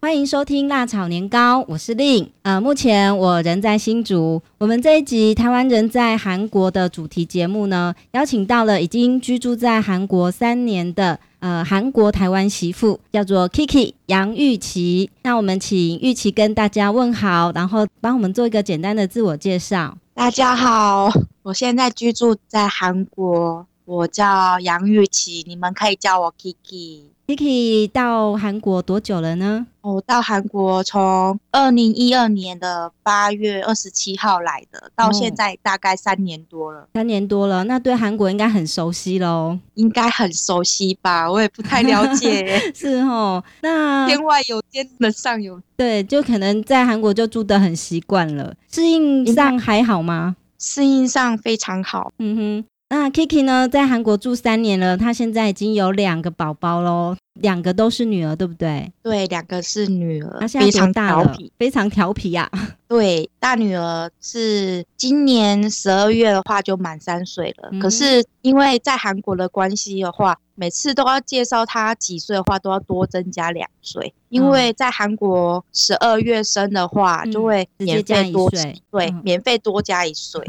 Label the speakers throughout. Speaker 1: 欢迎收听《辣炒年糕》，我是令。呃，目前我人在新竹。我们这一集《台湾人在韩国》的主题节目呢，邀请到了已经居住在韩国三年的呃韩国台湾媳妇，叫做 Kiki 杨玉琪。那我们请玉琪跟大家问好，然后帮我们做一个简单的自我介绍。
Speaker 2: 大家好，我现在居住在韩国，我叫杨玉琪，你们可以叫我 Kiki。
Speaker 1: Kiki 到韩国多久了呢？
Speaker 2: 我到韩国从二零一二年的八月二十七号来的，到现在大概三年多了，
Speaker 1: 三年多了，那对韩国应该很熟悉喽。，
Speaker 2: 应该很熟悉吧？我也不太了解
Speaker 1: 是哦，那
Speaker 2: 天外有天，人 上有
Speaker 1: 对，就可能在韩国就住得很习惯了，适应
Speaker 2: 嗯
Speaker 1: 上还好吗？
Speaker 2: 适应上非常好。
Speaker 1: 嗯哼，那 Kiki 呢，在韩国住三年了，她现在已经有两个宝宝喽，两个都是女儿，对不对？
Speaker 2: 对，两个是女儿，
Speaker 1: 她现在
Speaker 2: 呃非
Speaker 1: 多
Speaker 2: 常
Speaker 1: 大
Speaker 2: 调
Speaker 1: 了
Speaker 2: 皮。？
Speaker 1: 非常调皮呀、啊！
Speaker 2: 对，大女儿是今年十二月的话就满三岁了。
Speaker 1: 嗯哼
Speaker 2: 可是因为在韩国的关系的话，每次都要介绍她几岁的话，都要多增加两岁，因
Speaker 1: 嗯
Speaker 2: 为在韩国十二月生的话，
Speaker 1: 嗯
Speaker 2: 就会
Speaker 1: 直
Speaker 2: 免
Speaker 1: 接加
Speaker 2: 费
Speaker 1: 一
Speaker 2: 多
Speaker 1: 岁
Speaker 2: 对，
Speaker 1: 嗯
Speaker 2: 免费多加 一岁。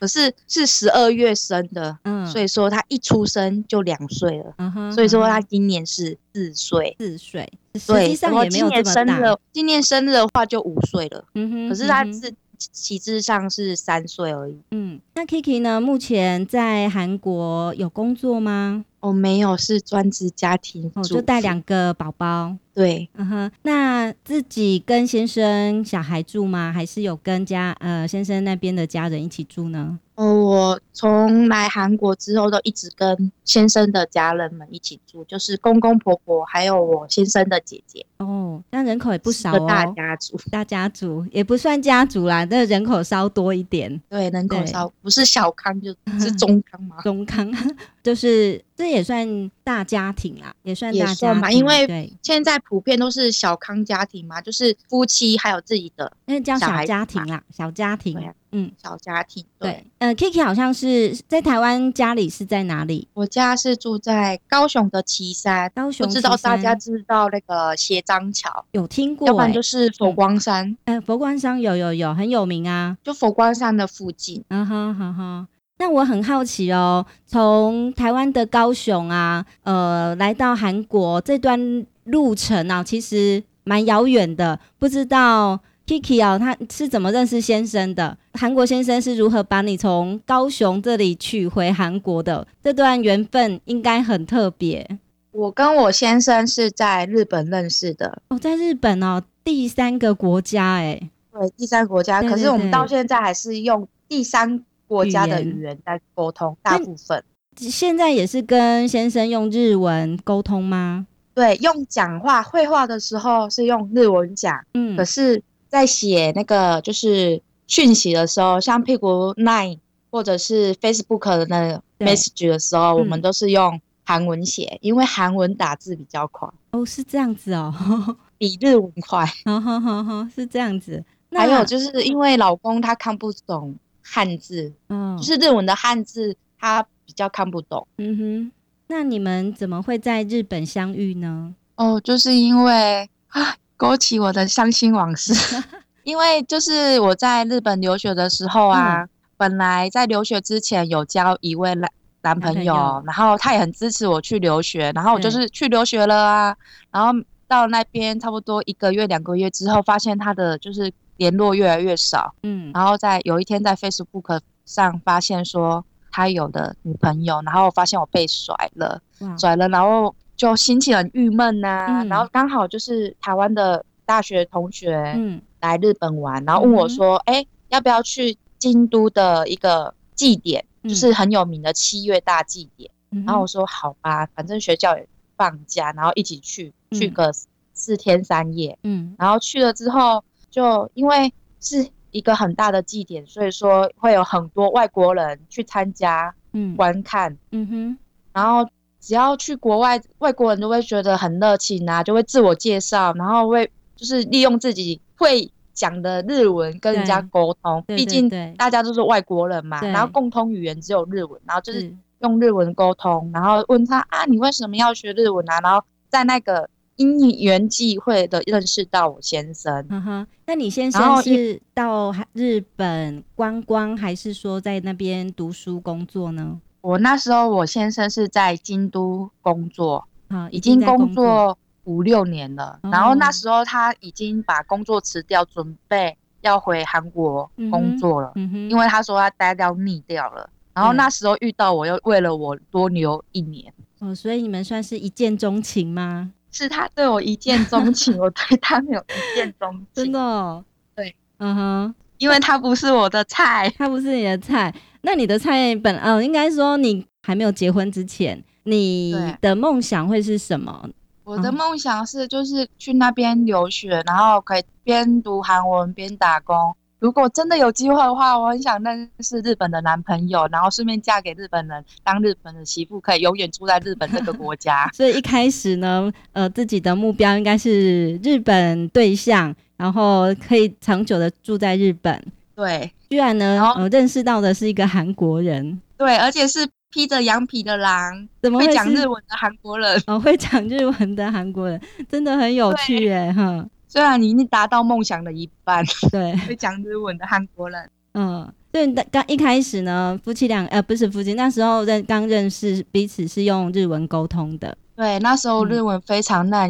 Speaker 2: 可是是十二月生的，
Speaker 1: 嗯，
Speaker 2: 所以说她一出生就两岁了，
Speaker 1: 嗯哼，
Speaker 2: 所以说
Speaker 1: 嗯
Speaker 2: 她
Speaker 1: 哼
Speaker 2: 今年是四岁。
Speaker 1: 四岁，实
Speaker 2: 对，
Speaker 1: 际上
Speaker 2: 然后
Speaker 1: 也没有这
Speaker 2: 今年
Speaker 1: 么
Speaker 2: 生
Speaker 1: 大。
Speaker 2: 了，今年生日的话就五岁了。
Speaker 1: 嗯哼，
Speaker 2: 可是他
Speaker 1: 嗯哼
Speaker 2: 是旗帜上是三岁而已。
Speaker 1: 嗯，那 Kiki 呢？目前在韩国有工作吗？
Speaker 2: 哦，没有，是专职家庭
Speaker 1: 哦，
Speaker 2: 主妇
Speaker 1: 就带两个宝宝。
Speaker 2: 对，
Speaker 1: 嗯哼，那自己跟先生、小孩住吗？还是有跟家呃先生那边的家人一起住呢？
Speaker 2: 哦，我从来韩国之后都一直跟先生的家人们一起住，就是公公婆婆还有我先生的姐姐，
Speaker 1: 哦，但人口也不
Speaker 2: 是
Speaker 1: 少
Speaker 2: 个大
Speaker 1: 哦，
Speaker 2: 家族。
Speaker 1: 大家族也不算家族啦，但人口稍多一点。
Speaker 2: 对，人口
Speaker 1: 对
Speaker 2: 少，不是小康 就是中康嘛。
Speaker 1: 中康 就是这也算大家庭啦，也算
Speaker 2: 也
Speaker 1: 大家
Speaker 2: 算
Speaker 1: 庭
Speaker 2: 吧因为
Speaker 1: 对，
Speaker 2: 现在普遍都是小康家庭嘛，就是夫妻还有自己的
Speaker 1: 那叫
Speaker 2: 小
Speaker 1: 小
Speaker 2: 孩子
Speaker 1: 家
Speaker 2: 嘛
Speaker 1: 庭啦，小家庭
Speaker 2: 对。啊
Speaker 1: 嗯，
Speaker 2: 小家庭。对，
Speaker 1: 对，呃，Kiki 好像是在台湾，家里是在哪里？
Speaker 2: 我家是住在高雄的旗山，
Speaker 1: 高
Speaker 2: 不
Speaker 1: 雄。
Speaker 2: 知道大家知道那个斜张桥，
Speaker 1: 有听过、
Speaker 2: 要不然
Speaker 1: 欸
Speaker 2: 就是佛光山，
Speaker 1: 呃，佛光山有有有很有名啊。
Speaker 2: 就佛光山的附近。
Speaker 1: 嗯哼哼哼。那我很好奇哦，从台湾的高雄啊，呃，来到韩国这段路程啊，其实蛮遥远的。不知道 Kiki 哦，他是怎么认识先生的？韩国先生是如何把你从高雄这里娶回韩国的？这段缘分应该很特别
Speaker 2: 我跟我先生是在日本认识的，
Speaker 1: 哦，在日本哦，第三个国家哎，
Speaker 2: 对，第三国家。
Speaker 1: 对对
Speaker 2: 可是我们
Speaker 1: 对
Speaker 2: 到现在还是用第三国家的
Speaker 1: 语言
Speaker 2: 语言在沟通，
Speaker 1: 那
Speaker 2: 大部分
Speaker 1: 现在也是跟先生用日文沟通吗？
Speaker 2: 对用讲话绘画的时候是用日文讲，
Speaker 1: 嗯
Speaker 2: 可是，在写那个就是讯息的时候，像屁股 Line 或者是 Facebook 的那
Speaker 1: 对
Speaker 2: message 的时候，我
Speaker 1: 嗯
Speaker 2: 们都是用韩文写，因为韩文打字比较快，
Speaker 1: 哦，是这样子哦。
Speaker 2: 比日文快。
Speaker 1: 好好好好，是这样子。那
Speaker 2: 还有就是因为老公他看不懂汉字，
Speaker 1: 嗯，
Speaker 2: 就是日文的汉字他比较看不懂。
Speaker 1: 嗯哼，那你们怎么会在日本相遇呢？
Speaker 2: 哦，就是因为啊，勾起我的伤心 往事。因为就是我在日本留学的时候啊，
Speaker 1: 嗯
Speaker 2: 本来在留学之前有交一位男男朋
Speaker 1: 男朋友
Speaker 2: 友，
Speaker 1: 嗯
Speaker 2: 然后他也很支持我去留学，然后我就
Speaker 1: 对
Speaker 2: 是去留学了啊，然后到那边差不多一个月、两个月之后，发现他的就是联络越来越少，
Speaker 1: 嗯，
Speaker 2: 然后在有一天在 Facebook 上发现说他有了女朋友，然后我发现我被甩了。
Speaker 1: 哇，
Speaker 2: 转了，然后就心情很郁闷呐、
Speaker 1: 嗯
Speaker 2: 然后刚好就是台湾的大学同学
Speaker 1: 嗯
Speaker 2: 来日本玩，然后问我说：“哎、要不要去京都的一个祭典，
Speaker 1: 嗯
Speaker 2: 就是很有名的七月大祭典？”
Speaker 1: 嗯哼，
Speaker 2: 然后我说：“好吧，反正学校也放假，然后一起去，
Speaker 1: 嗯
Speaker 2: 去个四天三夜。
Speaker 1: 嗯
Speaker 2: 然后去了之后，就因为是一个很大的祭典，所以说会有很多外国人去参加
Speaker 1: 嗯
Speaker 2: 观看。
Speaker 1: 嗯哼
Speaker 2: 然后只要去国外，外国人都会觉得很热情啊，就会自我介绍，然后会就是利用自己会讲的日文跟人家
Speaker 1: 对
Speaker 2: 沟通，
Speaker 1: 对
Speaker 2: 毕
Speaker 1: 对
Speaker 2: 竟
Speaker 1: 对
Speaker 2: 大家都是外国人嘛，
Speaker 1: 对嗯
Speaker 2: 然后共通语言只有日文，然后就是
Speaker 1: 是
Speaker 2: 用日文沟通，然后问他啊，你为什么要学日文啊？然后在那个因缘际会的认识到我先生。
Speaker 1: 嗯哼，那你先
Speaker 2: 然
Speaker 1: 生
Speaker 2: 后一
Speaker 1: 是到韩日本观光，还是说在那边读书工作呢？
Speaker 2: 我那时候我先生是在京都工作，
Speaker 1: 啊，
Speaker 2: 已经
Speaker 1: 在工
Speaker 2: 工作嗯五六年了。然后
Speaker 1: 哦
Speaker 2: 那时候他已经把工作辞掉，准备要回韩国
Speaker 1: 嗯
Speaker 2: 工
Speaker 1: 哼
Speaker 2: 作了。
Speaker 1: 嗯哼，
Speaker 2: 因为他说他待到腻掉了。然后
Speaker 1: 嗯
Speaker 2: 那时候遇到我，又为了我多留一年，
Speaker 1: 哦，所以你们算是一见钟情吗？
Speaker 2: 是他对我一见钟 情，我对他没有一见 钟
Speaker 1: 真
Speaker 2: 情
Speaker 1: 的、，哦？
Speaker 2: 对，
Speaker 1: 嗯哼，
Speaker 2: 因为他不是我的菜。
Speaker 1: 他不是你的菜，那你的菜本呃，应该说你还没有结婚之前，你
Speaker 2: 对
Speaker 1: 的梦想会是什么？
Speaker 2: 我的
Speaker 1: 嗯。
Speaker 2: 梦想是就是去那边留学，然后可以边读韩文边打工。如果真的有机会的话，我很想认识日本的男朋友，然后顺便嫁给日本人，当日本的媳妇，可以永远住在日本这个国家
Speaker 1: 所以一开始呢， 呃，自己的目标应该是日本对象，然后可以长久的住在日本。
Speaker 2: 对
Speaker 1: 居然呢，
Speaker 2: 好
Speaker 1: 呃，认识到的是一个韩国人，
Speaker 2: 对，而且是披着羊皮的狼，
Speaker 1: 怎么
Speaker 2: 会
Speaker 1: 会
Speaker 2: 讲
Speaker 1: 是
Speaker 2: 日文的韩国人。
Speaker 1: 哦，会讲日文的韩国人，真的很有趣耶，哈，
Speaker 2: 虽然你已经达到梦想的一半，
Speaker 1: 对，
Speaker 2: 会讲日文的韩国人，
Speaker 1: 嗯，所以刚一开始呢，夫妻俩呃不是夫妻，那时候认刚认识彼此是用日文沟通的，
Speaker 2: 对，那时候
Speaker 1: 嗯
Speaker 2: 日文非常烂，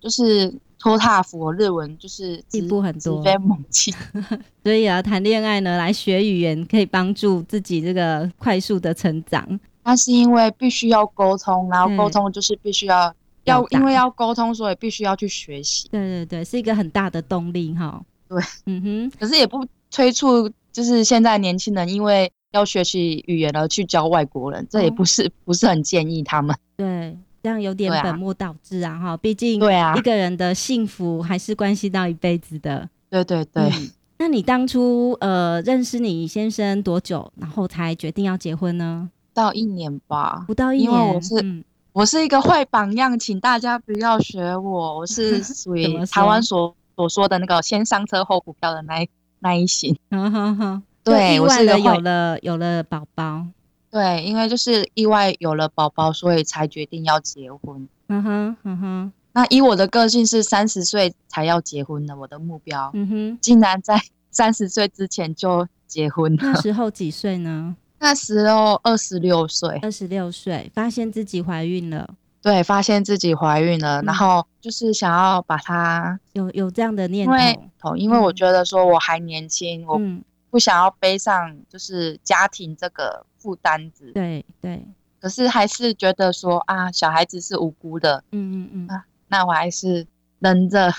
Speaker 2: 就是拖沓佛日文就是
Speaker 1: 进步很多
Speaker 2: 直飞猛进。
Speaker 1: 所以啊，谈恋爱呢，来学语言可以帮助自己这个快速的成长，
Speaker 2: 那是因为必须要沟通，然后沟
Speaker 1: 嗯
Speaker 2: 通就是必须要要
Speaker 1: 表，达
Speaker 2: 因为要沟通，所以必须要去学习。
Speaker 1: 对对对，是一个很大的动力哈。
Speaker 2: 对，
Speaker 1: 嗯哼，
Speaker 2: 可是也不催促，就是现在年轻人因为要学习语言而去教外国人，这也
Speaker 1: 嗯
Speaker 2: 不是不是很建议 他们。
Speaker 1: 对，这样有点
Speaker 2: 对啊
Speaker 1: 本末倒置啊哈，毕竟
Speaker 2: 对啊
Speaker 1: 一，个人的幸福还是关系到一辈子的。
Speaker 2: 对对对。
Speaker 1: 嗯那你当初呃认识你先生多久，然后才决定要结婚呢？
Speaker 2: 到一年吧，
Speaker 1: 不到一
Speaker 2: 因为
Speaker 1: 年，
Speaker 2: 我是
Speaker 1: 嗯
Speaker 2: 我是一个坏榜样，请大家不要学我。我 是属
Speaker 1: 怎么
Speaker 2: 于
Speaker 1: 说
Speaker 2: 台湾所所说的那个先上车后补票的那一那一型。
Speaker 1: 好好好，
Speaker 2: 对
Speaker 1: 嗯就意
Speaker 2: 我
Speaker 1: 外
Speaker 2: 是一个
Speaker 1: 的
Speaker 2: 坏
Speaker 1: 有了有了宝宝，
Speaker 2: 对，因为就是意外有了宝宝，所以才决定要结婚。
Speaker 1: 嗯哼嗯哼
Speaker 2: 那以我的个性是三十岁才要结婚的，我的目标、
Speaker 1: 嗯哼，
Speaker 2: 竟然在三十岁之前就结婚
Speaker 1: 那
Speaker 2: 了。
Speaker 1: 时候几岁呢？
Speaker 2: 那时候二十六岁，
Speaker 1: 二十六岁，发现自己怀孕了，
Speaker 2: 对，发现自己怀孕了，
Speaker 1: 嗯
Speaker 2: 然后就是想要把它，
Speaker 1: 有有这样的念
Speaker 2: 因为哦
Speaker 1: 头，
Speaker 2: 因为我
Speaker 1: 嗯
Speaker 2: 觉得说我还年轻，我
Speaker 1: 嗯，
Speaker 2: 不想要背上就是家庭这个负担子，
Speaker 1: 对对，
Speaker 2: 可是还是觉得说啊，小孩子是无辜的，
Speaker 1: 嗯嗯嗯，
Speaker 2: 啊那我还是忍着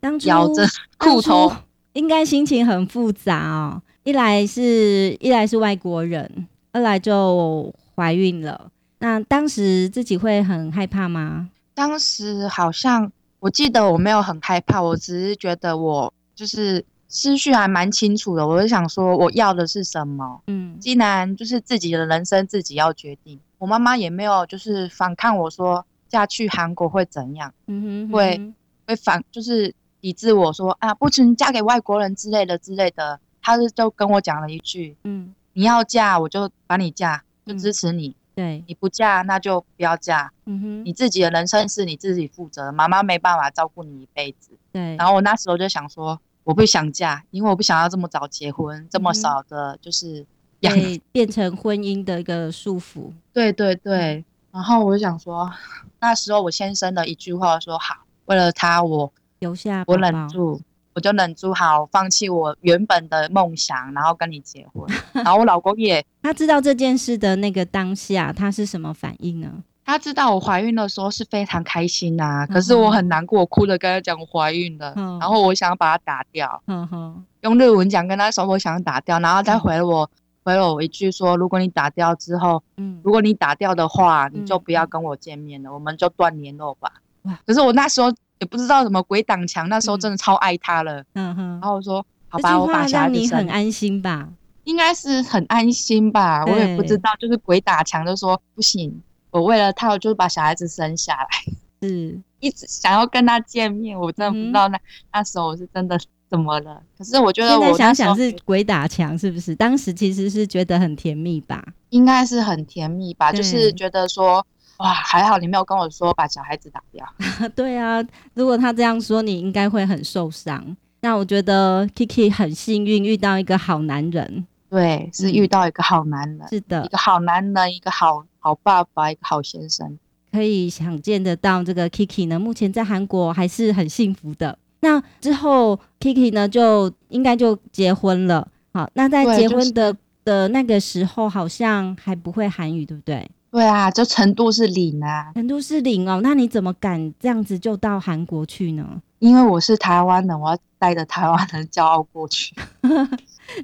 Speaker 1: 当初
Speaker 2: 咬着
Speaker 1: 当
Speaker 2: 裤头
Speaker 1: 初， 应该心情很复杂哦。一来是一来是外国人，二来就怀孕了。那当时自己会很害怕吗？
Speaker 2: 当时好像我记得我没有很害怕，我只是觉得我就是思绪还蛮清楚的，我就想说我要的是什么。
Speaker 1: 嗯
Speaker 2: 既然就是自己的人生自己要决定，我妈妈也没有就是反抗我说嫁去韩国会怎样。
Speaker 1: 嗯哼，
Speaker 2: 会
Speaker 1: 嗯
Speaker 2: 会反就是抵制我说啊，不准嫁给外国人之类的之类的。他是就跟我讲了一句：
Speaker 1: 嗯，
Speaker 2: 你要嫁，我就把你嫁，就
Speaker 1: 嗯
Speaker 2: 支持你；
Speaker 1: 对，
Speaker 2: 你不嫁，那就不要嫁。
Speaker 1: 嗯哼，
Speaker 2: 你自己的人生是你自己负责，妈妈没办法照顾你一辈子。
Speaker 1: 对，
Speaker 2: 然后我那时候就想说，我不想嫁，因为我不想要这么早结婚，这么
Speaker 1: 嗯哼
Speaker 2: 少的就是养。
Speaker 1: 会变成婚姻的一个束缚。
Speaker 2: 对对对。然后我就想说，那时候我先生的一句话说：好，为了他，我
Speaker 1: 留下
Speaker 2: 我
Speaker 1: 宝
Speaker 2: 忍
Speaker 1: 宝，
Speaker 2: 住，我就忍住，好，放弃我原本的梦想，然后跟你结 婚。然后我老公也，
Speaker 1: 他知道这件事的那个当下，他是什么反应呢？
Speaker 2: 他知道我怀孕的时候是非常开心啊，可是我很难过，我哭着跟他讲我怀孕了，
Speaker 1: 嗯
Speaker 2: 然后我想要把他打掉，
Speaker 1: 呵呵，
Speaker 2: 用日文讲跟他说我想要打掉，然后再
Speaker 1: 嗯
Speaker 2: 回我。回了我一句说：“如果你打掉之后，
Speaker 1: 嗯
Speaker 2: 如，果你打掉的话，你就
Speaker 1: 嗯
Speaker 2: 不要
Speaker 1: 嗯
Speaker 2: 跟我见面了，我们就断联络吧。
Speaker 1: 哇”
Speaker 2: 可是我那时候也不知道什么鬼挡墙，那时候
Speaker 1: 嗯
Speaker 2: 真的超爱他了。
Speaker 1: 嗯哼
Speaker 2: 然，后我说：“
Speaker 1: 这
Speaker 2: 好
Speaker 1: 句
Speaker 2: 吧，我把
Speaker 1: 话
Speaker 2: 小孩
Speaker 1: 让
Speaker 2: 子
Speaker 1: 你
Speaker 2: 生
Speaker 1: 很安心吧？
Speaker 2: 应该是很安心吧，我也不知
Speaker 1: 对
Speaker 2: 道，就是鬼打墙，就说不行，我为了他，我就把小孩子生下来，
Speaker 1: 是，
Speaker 2: 一直想要跟他见面，我真的不
Speaker 1: 嗯哼
Speaker 2: 知道那、那时候我是真的怎么了。可是我觉得
Speaker 1: 现在
Speaker 2: 我
Speaker 1: 想
Speaker 2: 那时候
Speaker 1: 想是鬼打墙，是不是？当时其实是觉得很甜蜜吧？
Speaker 2: 应该是很甜蜜吧，就是
Speaker 1: 对
Speaker 2: 觉得说哇，还好你没有跟我说把小孩子打掉。
Speaker 1: 对啊，如果他这样说，你应该会很受伤。那我觉得 Kiki 很幸运遇到一个好男人。
Speaker 2: 对，是遇到一个好男人，
Speaker 1: 嗯是
Speaker 2: 一
Speaker 1: 的，
Speaker 2: 个好男人，一个好好爸爸，一个好先生。
Speaker 1: 可以想见得到这个 Kiki 呢，目前在韩国还是很幸福的。那之后 Kiki 呢，就应该就结婚了。好，那在
Speaker 2: 对
Speaker 1: 结
Speaker 2: 就
Speaker 1: 婚
Speaker 2: 是
Speaker 1: 的、的那个时候，好像还不会韩语，对不对？
Speaker 2: 对啊，就程度是零啊，
Speaker 1: 程度是零哦，那你怎么敢这样子就到韩国去呢？
Speaker 2: 因为我是台湾人，我要带着台湾人骄傲过去，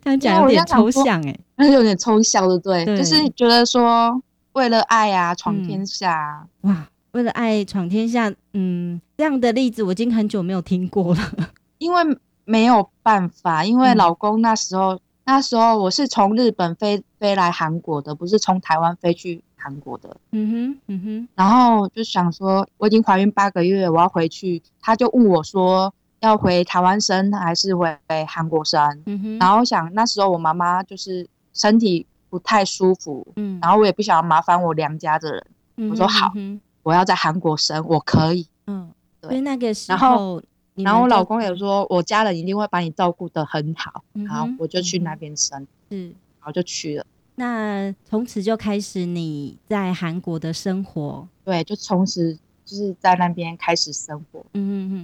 Speaker 1: 这样讲
Speaker 2: 因为
Speaker 1: 有
Speaker 2: 我
Speaker 1: 点
Speaker 2: 在想
Speaker 1: 抽
Speaker 2: 说
Speaker 1: 象哎、
Speaker 2: 那有点抽象，对不对？
Speaker 1: 对
Speaker 2: 就是觉得说为了爱啊，闯
Speaker 1: 嗯
Speaker 2: 天下啊、
Speaker 1: 哇！为了爱闯天下，嗯，这样的例子我已经很久没有听过了。
Speaker 2: 因为没有办法，因为
Speaker 1: 嗯
Speaker 2: 老公那时候、那时候我是从日本飞飞来韩国的，不是从台湾飞去韩国的。
Speaker 1: 嗯哼，嗯哼，
Speaker 2: 然后就想说，我已经怀孕八个月，我要回去。他就问我说，要回台湾生还是回韩国生？
Speaker 1: 嗯哼，
Speaker 2: 然后想那时候我妈妈就是身体不太舒服，
Speaker 1: 嗯，
Speaker 2: 然后我也不想要麻烦我娘家的人，
Speaker 1: 嗯哼
Speaker 2: 我说好
Speaker 1: 嗯
Speaker 2: 我要在韩国生，我可以。
Speaker 1: 哼嗯，
Speaker 2: 对
Speaker 1: 所以那个时
Speaker 2: 然
Speaker 1: 候
Speaker 2: 后
Speaker 1: 你们就，
Speaker 2: 然后我老公也说，我家人一定会把你照顾得很好。
Speaker 1: 嗯哼，
Speaker 2: 然后我就去那
Speaker 1: 嗯
Speaker 2: 边生，
Speaker 1: 哼是。
Speaker 2: 然后就去了。
Speaker 1: 那从此就开始你在韩国的生活。
Speaker 2: 对，就从此就是在那边开始生活。
Speaker 1: 嗯嗯嗯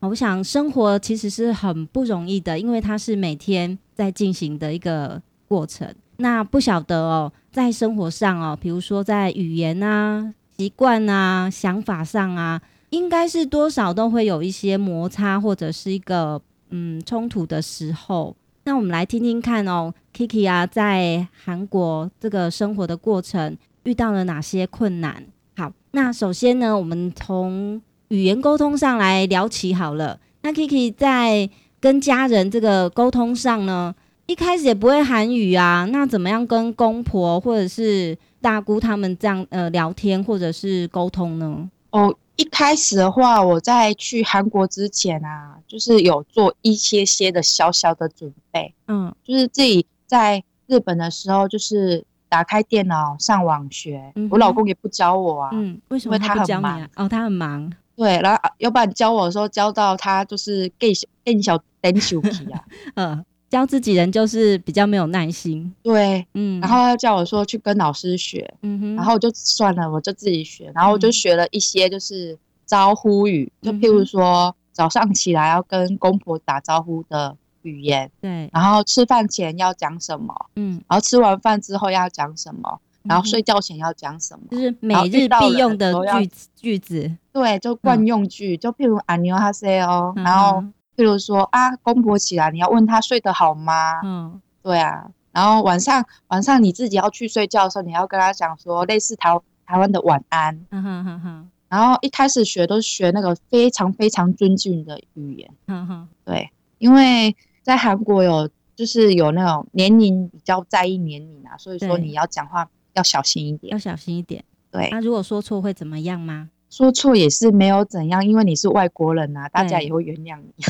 Speaker 1: 嗯，我想生活其实是很不容易的，因为它是每天在进行的一个过程。那不晓得哦，在生活上哦，比如说在语言啊、习惯啊、想法上啊，应该是多少都会有一些摩擦或者是一个嗯冲突的时候。那我们来听听看哦，Kiki 啊，在韩国这个生活的过程遇到了哪些困难？好，那首先呢，我们从语言沟通上来聊起好了。那 Kiki 在跟家人这个沟通上呢，一开始也不会韩语啊，那怎么样跟公婆或者是大姑他们这样呃聊天或者是沟通呢？
Speaker 2: 哦，一开始的话，我在去韩国之前啊，就是有做一些些的小小的准备，
Speaker 1: 嗯
Speaker 2: 就是自己在日本的时候，就是打开电脑上网学。
Speaker 1: 嗯哼
Speaker 2: 我老公也不教我啊，
Speaker 1: 嗯，为什
Speaker 2: 因
Speaker 1: 么
Speaker 2: 为
Speaker 1: 他
Speaker 2: 他
Speaker 1: 不
Speaker 2: 很
Speaker 1: 教你啊
Speaker 2: 忙？
Speaker 1: 哦，他很忙，
Speaker 2: 对，然后啊要不然教我的时候，教到他就是更小更小 等手皮啊，
Speaker 1: 呃，教自己人就是比较没有耐心，
Speaker 2: 对，
Speaker 1: 嗯，
Speaker 2: 然后他叫我说去跟老师学，
Speaker 1: 嗯哼，
Speaker 2: 然后我就算了，我就自己学，然后我就
Speaker 1: 嗯
Speaker 2: 学了一些就是招呼语，就譬
Speaker 1: 嗯哼
Speaker 2: 如说早上起来要跟公婆打招呼的语言，
Speaker 1: 对，
Speaker 2: 然后吃饭前要讲什么，
Speaker 1: 嗯，
Speaker 2: 然后吃完饭之后要讲什么，然后
Speaker 1: 嗯哼
Speaker 2: 睡觉前要讲什么，
Speaker 1: 就是每
Speaker 2: 然后
Speaker 1: 日
Speaker 2: 遇到
Speaker 1: 必
Speaker 2: 人
Speaker 1: 用的
Speaker 2: 都要
Speaker 1: 句子句子，
Speaker 2: 对，就惯用句，就譬如啊你哈塞哦，
Speaker 1: 嗯
Speaker 2: 然后譬如说啊公婆起来你要问他睡得好吗？
Speaker 1: 嗯
Speaker 2: 对啊，然后晚上晚上你自己要去睡觉的时候，你要跟他讲说类似台台湾的晚安。
Speaker 1: 嗯哈哈哈
Speaker 2: 然后一开始学都是学那个非常非常尊敬的语言，
Speaker 1: 哈哈，
Speaker 2: 对，因为在韩国有就是有那种年龄比较在意年龄啊，所以说
Speaker 1: 对嗯
Speaker 2: 你要讲话要小心一点
Speaker 1: 要，小心一点。
Speaker 2: 对，
Speaker 1: 那如果说错会怎么样吗？
Speaker 2: 说错也是没有怎样，因为你是外国人啊，大家
Speaker 1: 对
Speaker 2: 也会原谅你，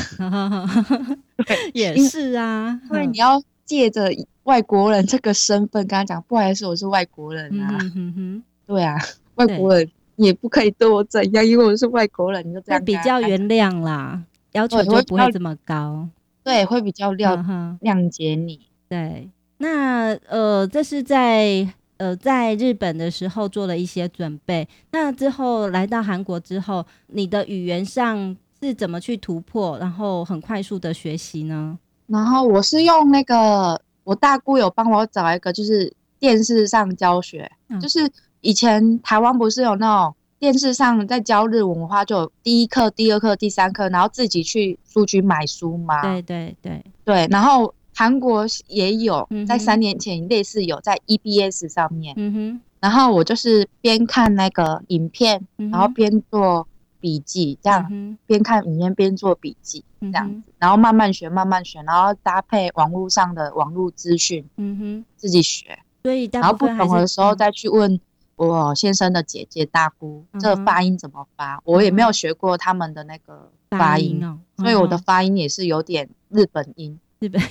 Speaker 1: 也
Speaker 2: 因为
Speaker 1: 是啊，
Speaker 2: 因为
Speaker 1: 嗯
Speaker 2: 你要借着外国人这个身份跟他讲，不好意思，我是外国人
Speaker 1: 嗯
Speaker 2: 啊，
Speaker 1: 哼哼哼，
Speaker 2: 对啊，外国人你也不可以对我怎样，因为我是外国人，你就这
Speaker 1: 会
Speaker 2: 样
Speaker 1: 比
Speaker 2: 跟他
Speaker 1: 较
Speaker 2: 讲
Speaker 1: 原谅啦，要求
Speaker 2: 对
Speaker 1: 就
Speaker 2: 会
Speaker 1: 不
Speaker 2: 比
Speaker 1: 会
Speaker 2: 较
Speaker 1: 这么高。
Speaker 2: 对，会比较谅
Speaker 1: 嗯哼，
Speaker 2: 谅解你。
Speaker 1: 对。那呃，这是在呃在日本的时候做了一些准备。那之后来到韩国之后，你的语言上是怎么去突破，然后很快速的学习呢？
Speaker 2: 然后我是用那个我大姑有帮我找一个，就是电视上教学，
Speaker 1: 嗯
Speaker 2: 就是以前台湾不是有那种电视上在教日文的话，就有第一课、第二课、第三课，然后自己去书局买书嘛。
Speaker 1: 对对对，
Speaker 2: 对然后韩国也有
Speaker 1: 嗯哼，
Speaker 2: 在三年前类似有在 EBS 上面，
Speaker 1: 嗯哼，
Speaker 2: 然后我就是边看那个影片，
Speaker 1: 嗯哼
Speaker 2: 然后边做笔记，这样
Speaker 1: 嗯
Speaker 2: 边看影片边做笔记。
Speaker 1: 哼，
Speaker 2: 这样
Speaker 1: 嗯哼
Speaker 2: 子，然后慢慢学，慢慢学，然后搭配网络上的网络资讯
Speaker 1: 嗯哼，
Speaker 2: 自己学，
Speaker 1: 所以
Speaker 2: 然
Speaker 1: 大
Speaker 2: 后
Speaker 1: 部
Speaker 2: 不
Speaker 1: 分还
Speaker 2: 懂的
Speaker 1: 是
Speaker 2: 时候
Speaker 1: 嗯
Speaker 2: 再去问我先生的姐姐大姑，
Speaker 1: 嗯哼
Speaker 2: 这发音怎么发？我也没有学过他们的那个
Speaker 1: 发
Speaker 2: 发
Speaker 1: 音
Speaker 2: 音，
Speaker 1: 哦，
Speaker 2: 所以我的
Speaker 1: 嗯哼
Speaker 2: 发音也是有点日本音。
Speaker 1: 日本，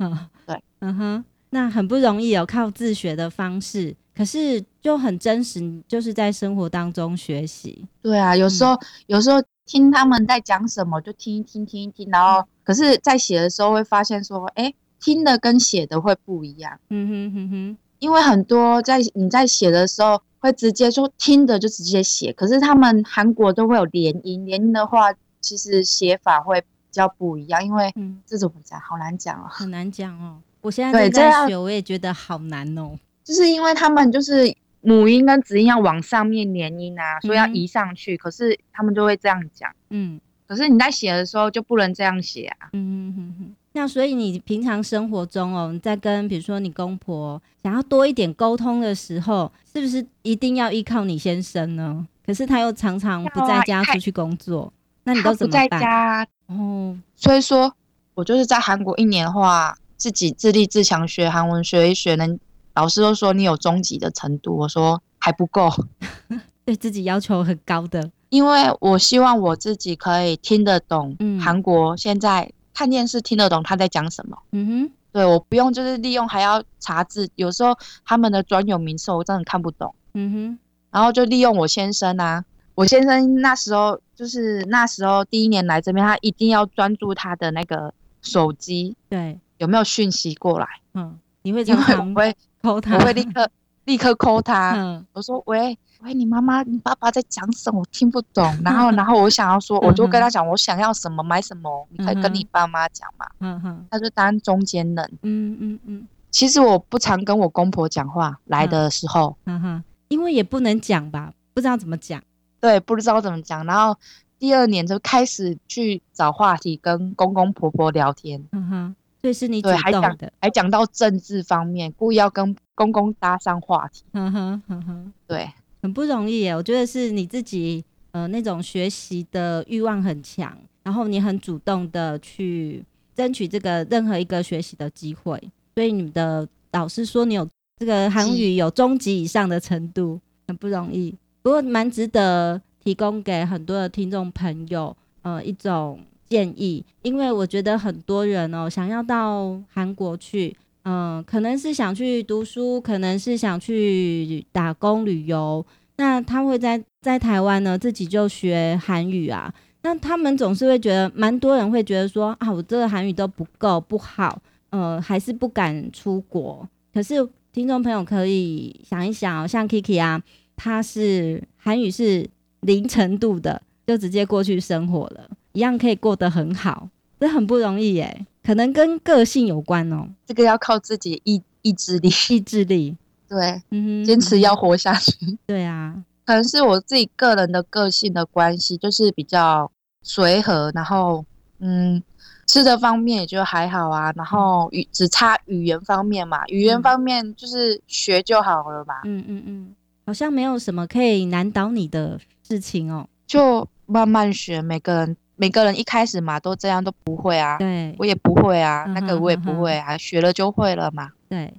Speaker 1: 嗯，
Speaker 2: 对，
Speaker 1: 嗯哼，那很不容易哦，靠自学的方式，可是就很真实，就是在生活当中学习。
Speaker 2: 对啊，有时
Speaker 1: 嗯
Speaker 2: 候、有时候听他们在讲什么，就听一听听一听，然
Speaker 1: 嗯
Speaker 2: 后可是，在写的时候会发现说，哎，听的跟写的会不一样，
Speaker 1: 嗯哼哼哼，
Speaker 2: 因为很多在你在写的时候会直接说听的就直接写，可是他们韩国都会有连音，连音的话，其实写法会比较不一样，因为
Speaker 1: 嗯，
Speaker 2: 这种讲好难讲哦，
Speaker 1: 很难讲哦。我现在
Speaker 2: 对
Speaker 1: 正
Speaker 2: 这
Speaker 1: 在
Speaker 2: 样
Speaker 1: 学，我也觉得好难哦。
Speaker 2: 就是因为他们就是。母音跟子音要往上面连音啊，所以要
Speaker 1: 嗯
Speaker 2: 移上去。可是他们就会这样讲，
Speaker 1: 嗯
Speaker 2: 可是你在写的时候就不能这样写啊。
Speaker 1: 嗯哼哼哼。那所以你平常生活中哦，你在跟比如说你公婆想要多一点沟通的时候，是不是一定要依靠你先生呢？可是他又常常不在
Speaker 2: 要
Speaker 1: 家
Speaker 2: 啊
Speaker 1: 出去工作，那你
Speaker 2: 他
Speaker 1: 都
Speaker 2: 不
Speaker 1: 怎
Speaker 2: 在
Speaker 1: 么办？
Speaker 2: 家，啊
Speaker 1: 哦，
Speaker 2: 所以说我就是在韩国一年的话，自己自立自强学韩文学一学能，老师都说你有中级的程度，我说还不够，
Speaker 1: 对自己要求很高的，
Speaker 2: 因为我希望我自己可以听得懂
Speaker 1: 嗯
Speaker 2: 韩国现在看电视听得懂他在讲什么。
Speaker 1: 嗯哼，
Speaker 2: 对，我不用就是利用还要查字，有时候他们的专有名词我真的看不懂。
Speaker 1: 嗯哼，
Speaker 2: 然后就利用我先生啊，我先生那时候就是那时候第一年来这边，他一定要专注他的那个手机
Speaker 1: 对，
Speaker 2: 有没有讯息过来，
Speaker 1: 嗯，你会
Speaker 2: 因
Speaker 1: 常
Speaker 2: 为我
Speaker 1: 常抠
Speaker 2: 会我
Speaker 1: 他，
Speaker 2: 会立刻立刻 call 他，
Speaker 1: 嗯
Speaker 2: 我说喂喂，你妈妈你爸爸在讲什么？我听不懂。然
Speaker 1: 嗯
Speaker 2: 后然后我想要说，我就跟他讲我想要什么买什么，你可以跟你爸妈讲嘛。
Speaker 1: 嗯哼，
Speaker 2: 他就当中间人。
Speaker 1: 嗯嗯嗯，
Speaker 2: 其实我不常跟我公婆讲话，来的时候。
Speaker 1: 哈哈，因为也不能讲吧，不知道怎么讲，
Speaker 2: 对，不知道怎么讲。然后第二年就开始去找话题跟公公婆婆聊天，
Speaker 1: 哈哈，所以是你主
Speaker 2: 对，还
Speaker 1: 动
Speaker 2: 讲
Speaker 1: 的，
Speaker 2: 还讲到政治方面，故意要跟公公搭上话题。
Speaker 1: 哈哈哈哈，
Speaker 2: 对，
Speaker 1: 很不容易耶，我觉得是你自己呃那种学习的欲望很强，然后你很主动的去争取这个任何一个学习的机会，所以你们的老师说你有这个韩语有中级以上的程度，很不容易，不过蛮值得提供给很多的听众朋友呃一种建议，因为我觉得很多人哦想要到韩国去，嗯，可能是想去读书，可能是想去打工旅游。那他会在在台湾呢，自己就学韩语啊。那他们总是会觉得，蛮多人会觉得说啊，我这个韩语都不够不好，呃，还是不敢出国。可是听众朋友可以想一想、哦，像 Kiki 啊，他是韩语是零程度的，就直接过去生活了，一样可以过得很好，这很不容易耶。可能跟个性有关哦。
Speaker 2: 这个要靠自己的意意志力，
Speaker 1: 意志力，
Speaker 2: 对，
Speaker 1: 嗯哼，
Speaker 2: 坚持要活下去。
Speaker 1: 对啊，
Speaker 2: 可能是我自己个人的个性的关系，就是比较随和，然后嗯。吃的方面也就还好啊，然后语只差语言方面嘛，语言
Speaker 1: 嗯
Speaker 2: 方面就是学就好了嘛。
Speaker 1: 嗯嗯嗯，好像没有什么可以难倒你的事情哦。
Speaker 2: 就慢慢学，每个人每个人一开始嘛都这样都不会啊，
Speaker 1: 对
Speaker 2: 我也不会啊，
Speaker 1: 嗯哼
Speaker 2: 那个我也不会啊，学了就会了嘛。
Speaker 1: 对，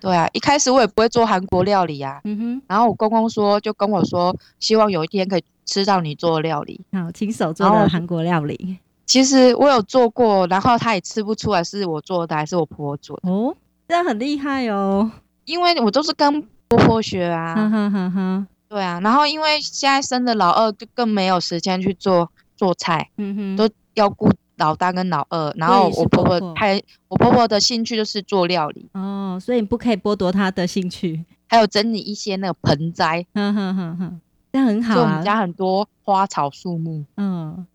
Speaker 2: 对啊，一开始我也不会做韩国料理啊，
Speaker 1: 嗯
Speaker 2: 然后我公公说就跟我说，希望有一天可以吃到你做的料理。
Speaker 1: 哼，好，亲手做
Speaker 2: 然后
Speaker 1: 的
Speaker 2: 我
Speaker 1: 韩国料理
Speaker 2: 其实我有做过，然后他也吃不出来是我做的还是我婆婆做的，
Speaker 1: 哦，这样很厉害哦，
Speaker 2: 因为我都是跟婆婆学
Speaker 1: 哈
Speaker 2: 啊，
Speaker 1: 哈哈哈，
Speaker 2: 对啊，然后因为现在生的老二就更没有时间去做做菜，
Speaker 1: 嗯哼，
Speaker 2: 都要顾老大跟老二，然后
Speaker 1: 对
Speaker 2: 我
Speaker 1: 是
Speaker 2: 婆
Speaker 1: 婆
Speaker 2: 婆
Speaker 1: 婆
Speaker 2: 还我婆婆的兴趣就是做料理，
Speaker 1: 哦，所以你不可以剥夺他的兴趣，
Speaker 2: 还有整理一些那个盆栽，
Speaker 1: 哈哈哈哈，这样很
Speaker 2: 所
Speaker 1: 好
Speaker 2: 以我们
Speaker 1: 啊，
Speaker 2: 家很多花草树木。
Speaker 1: 嗯。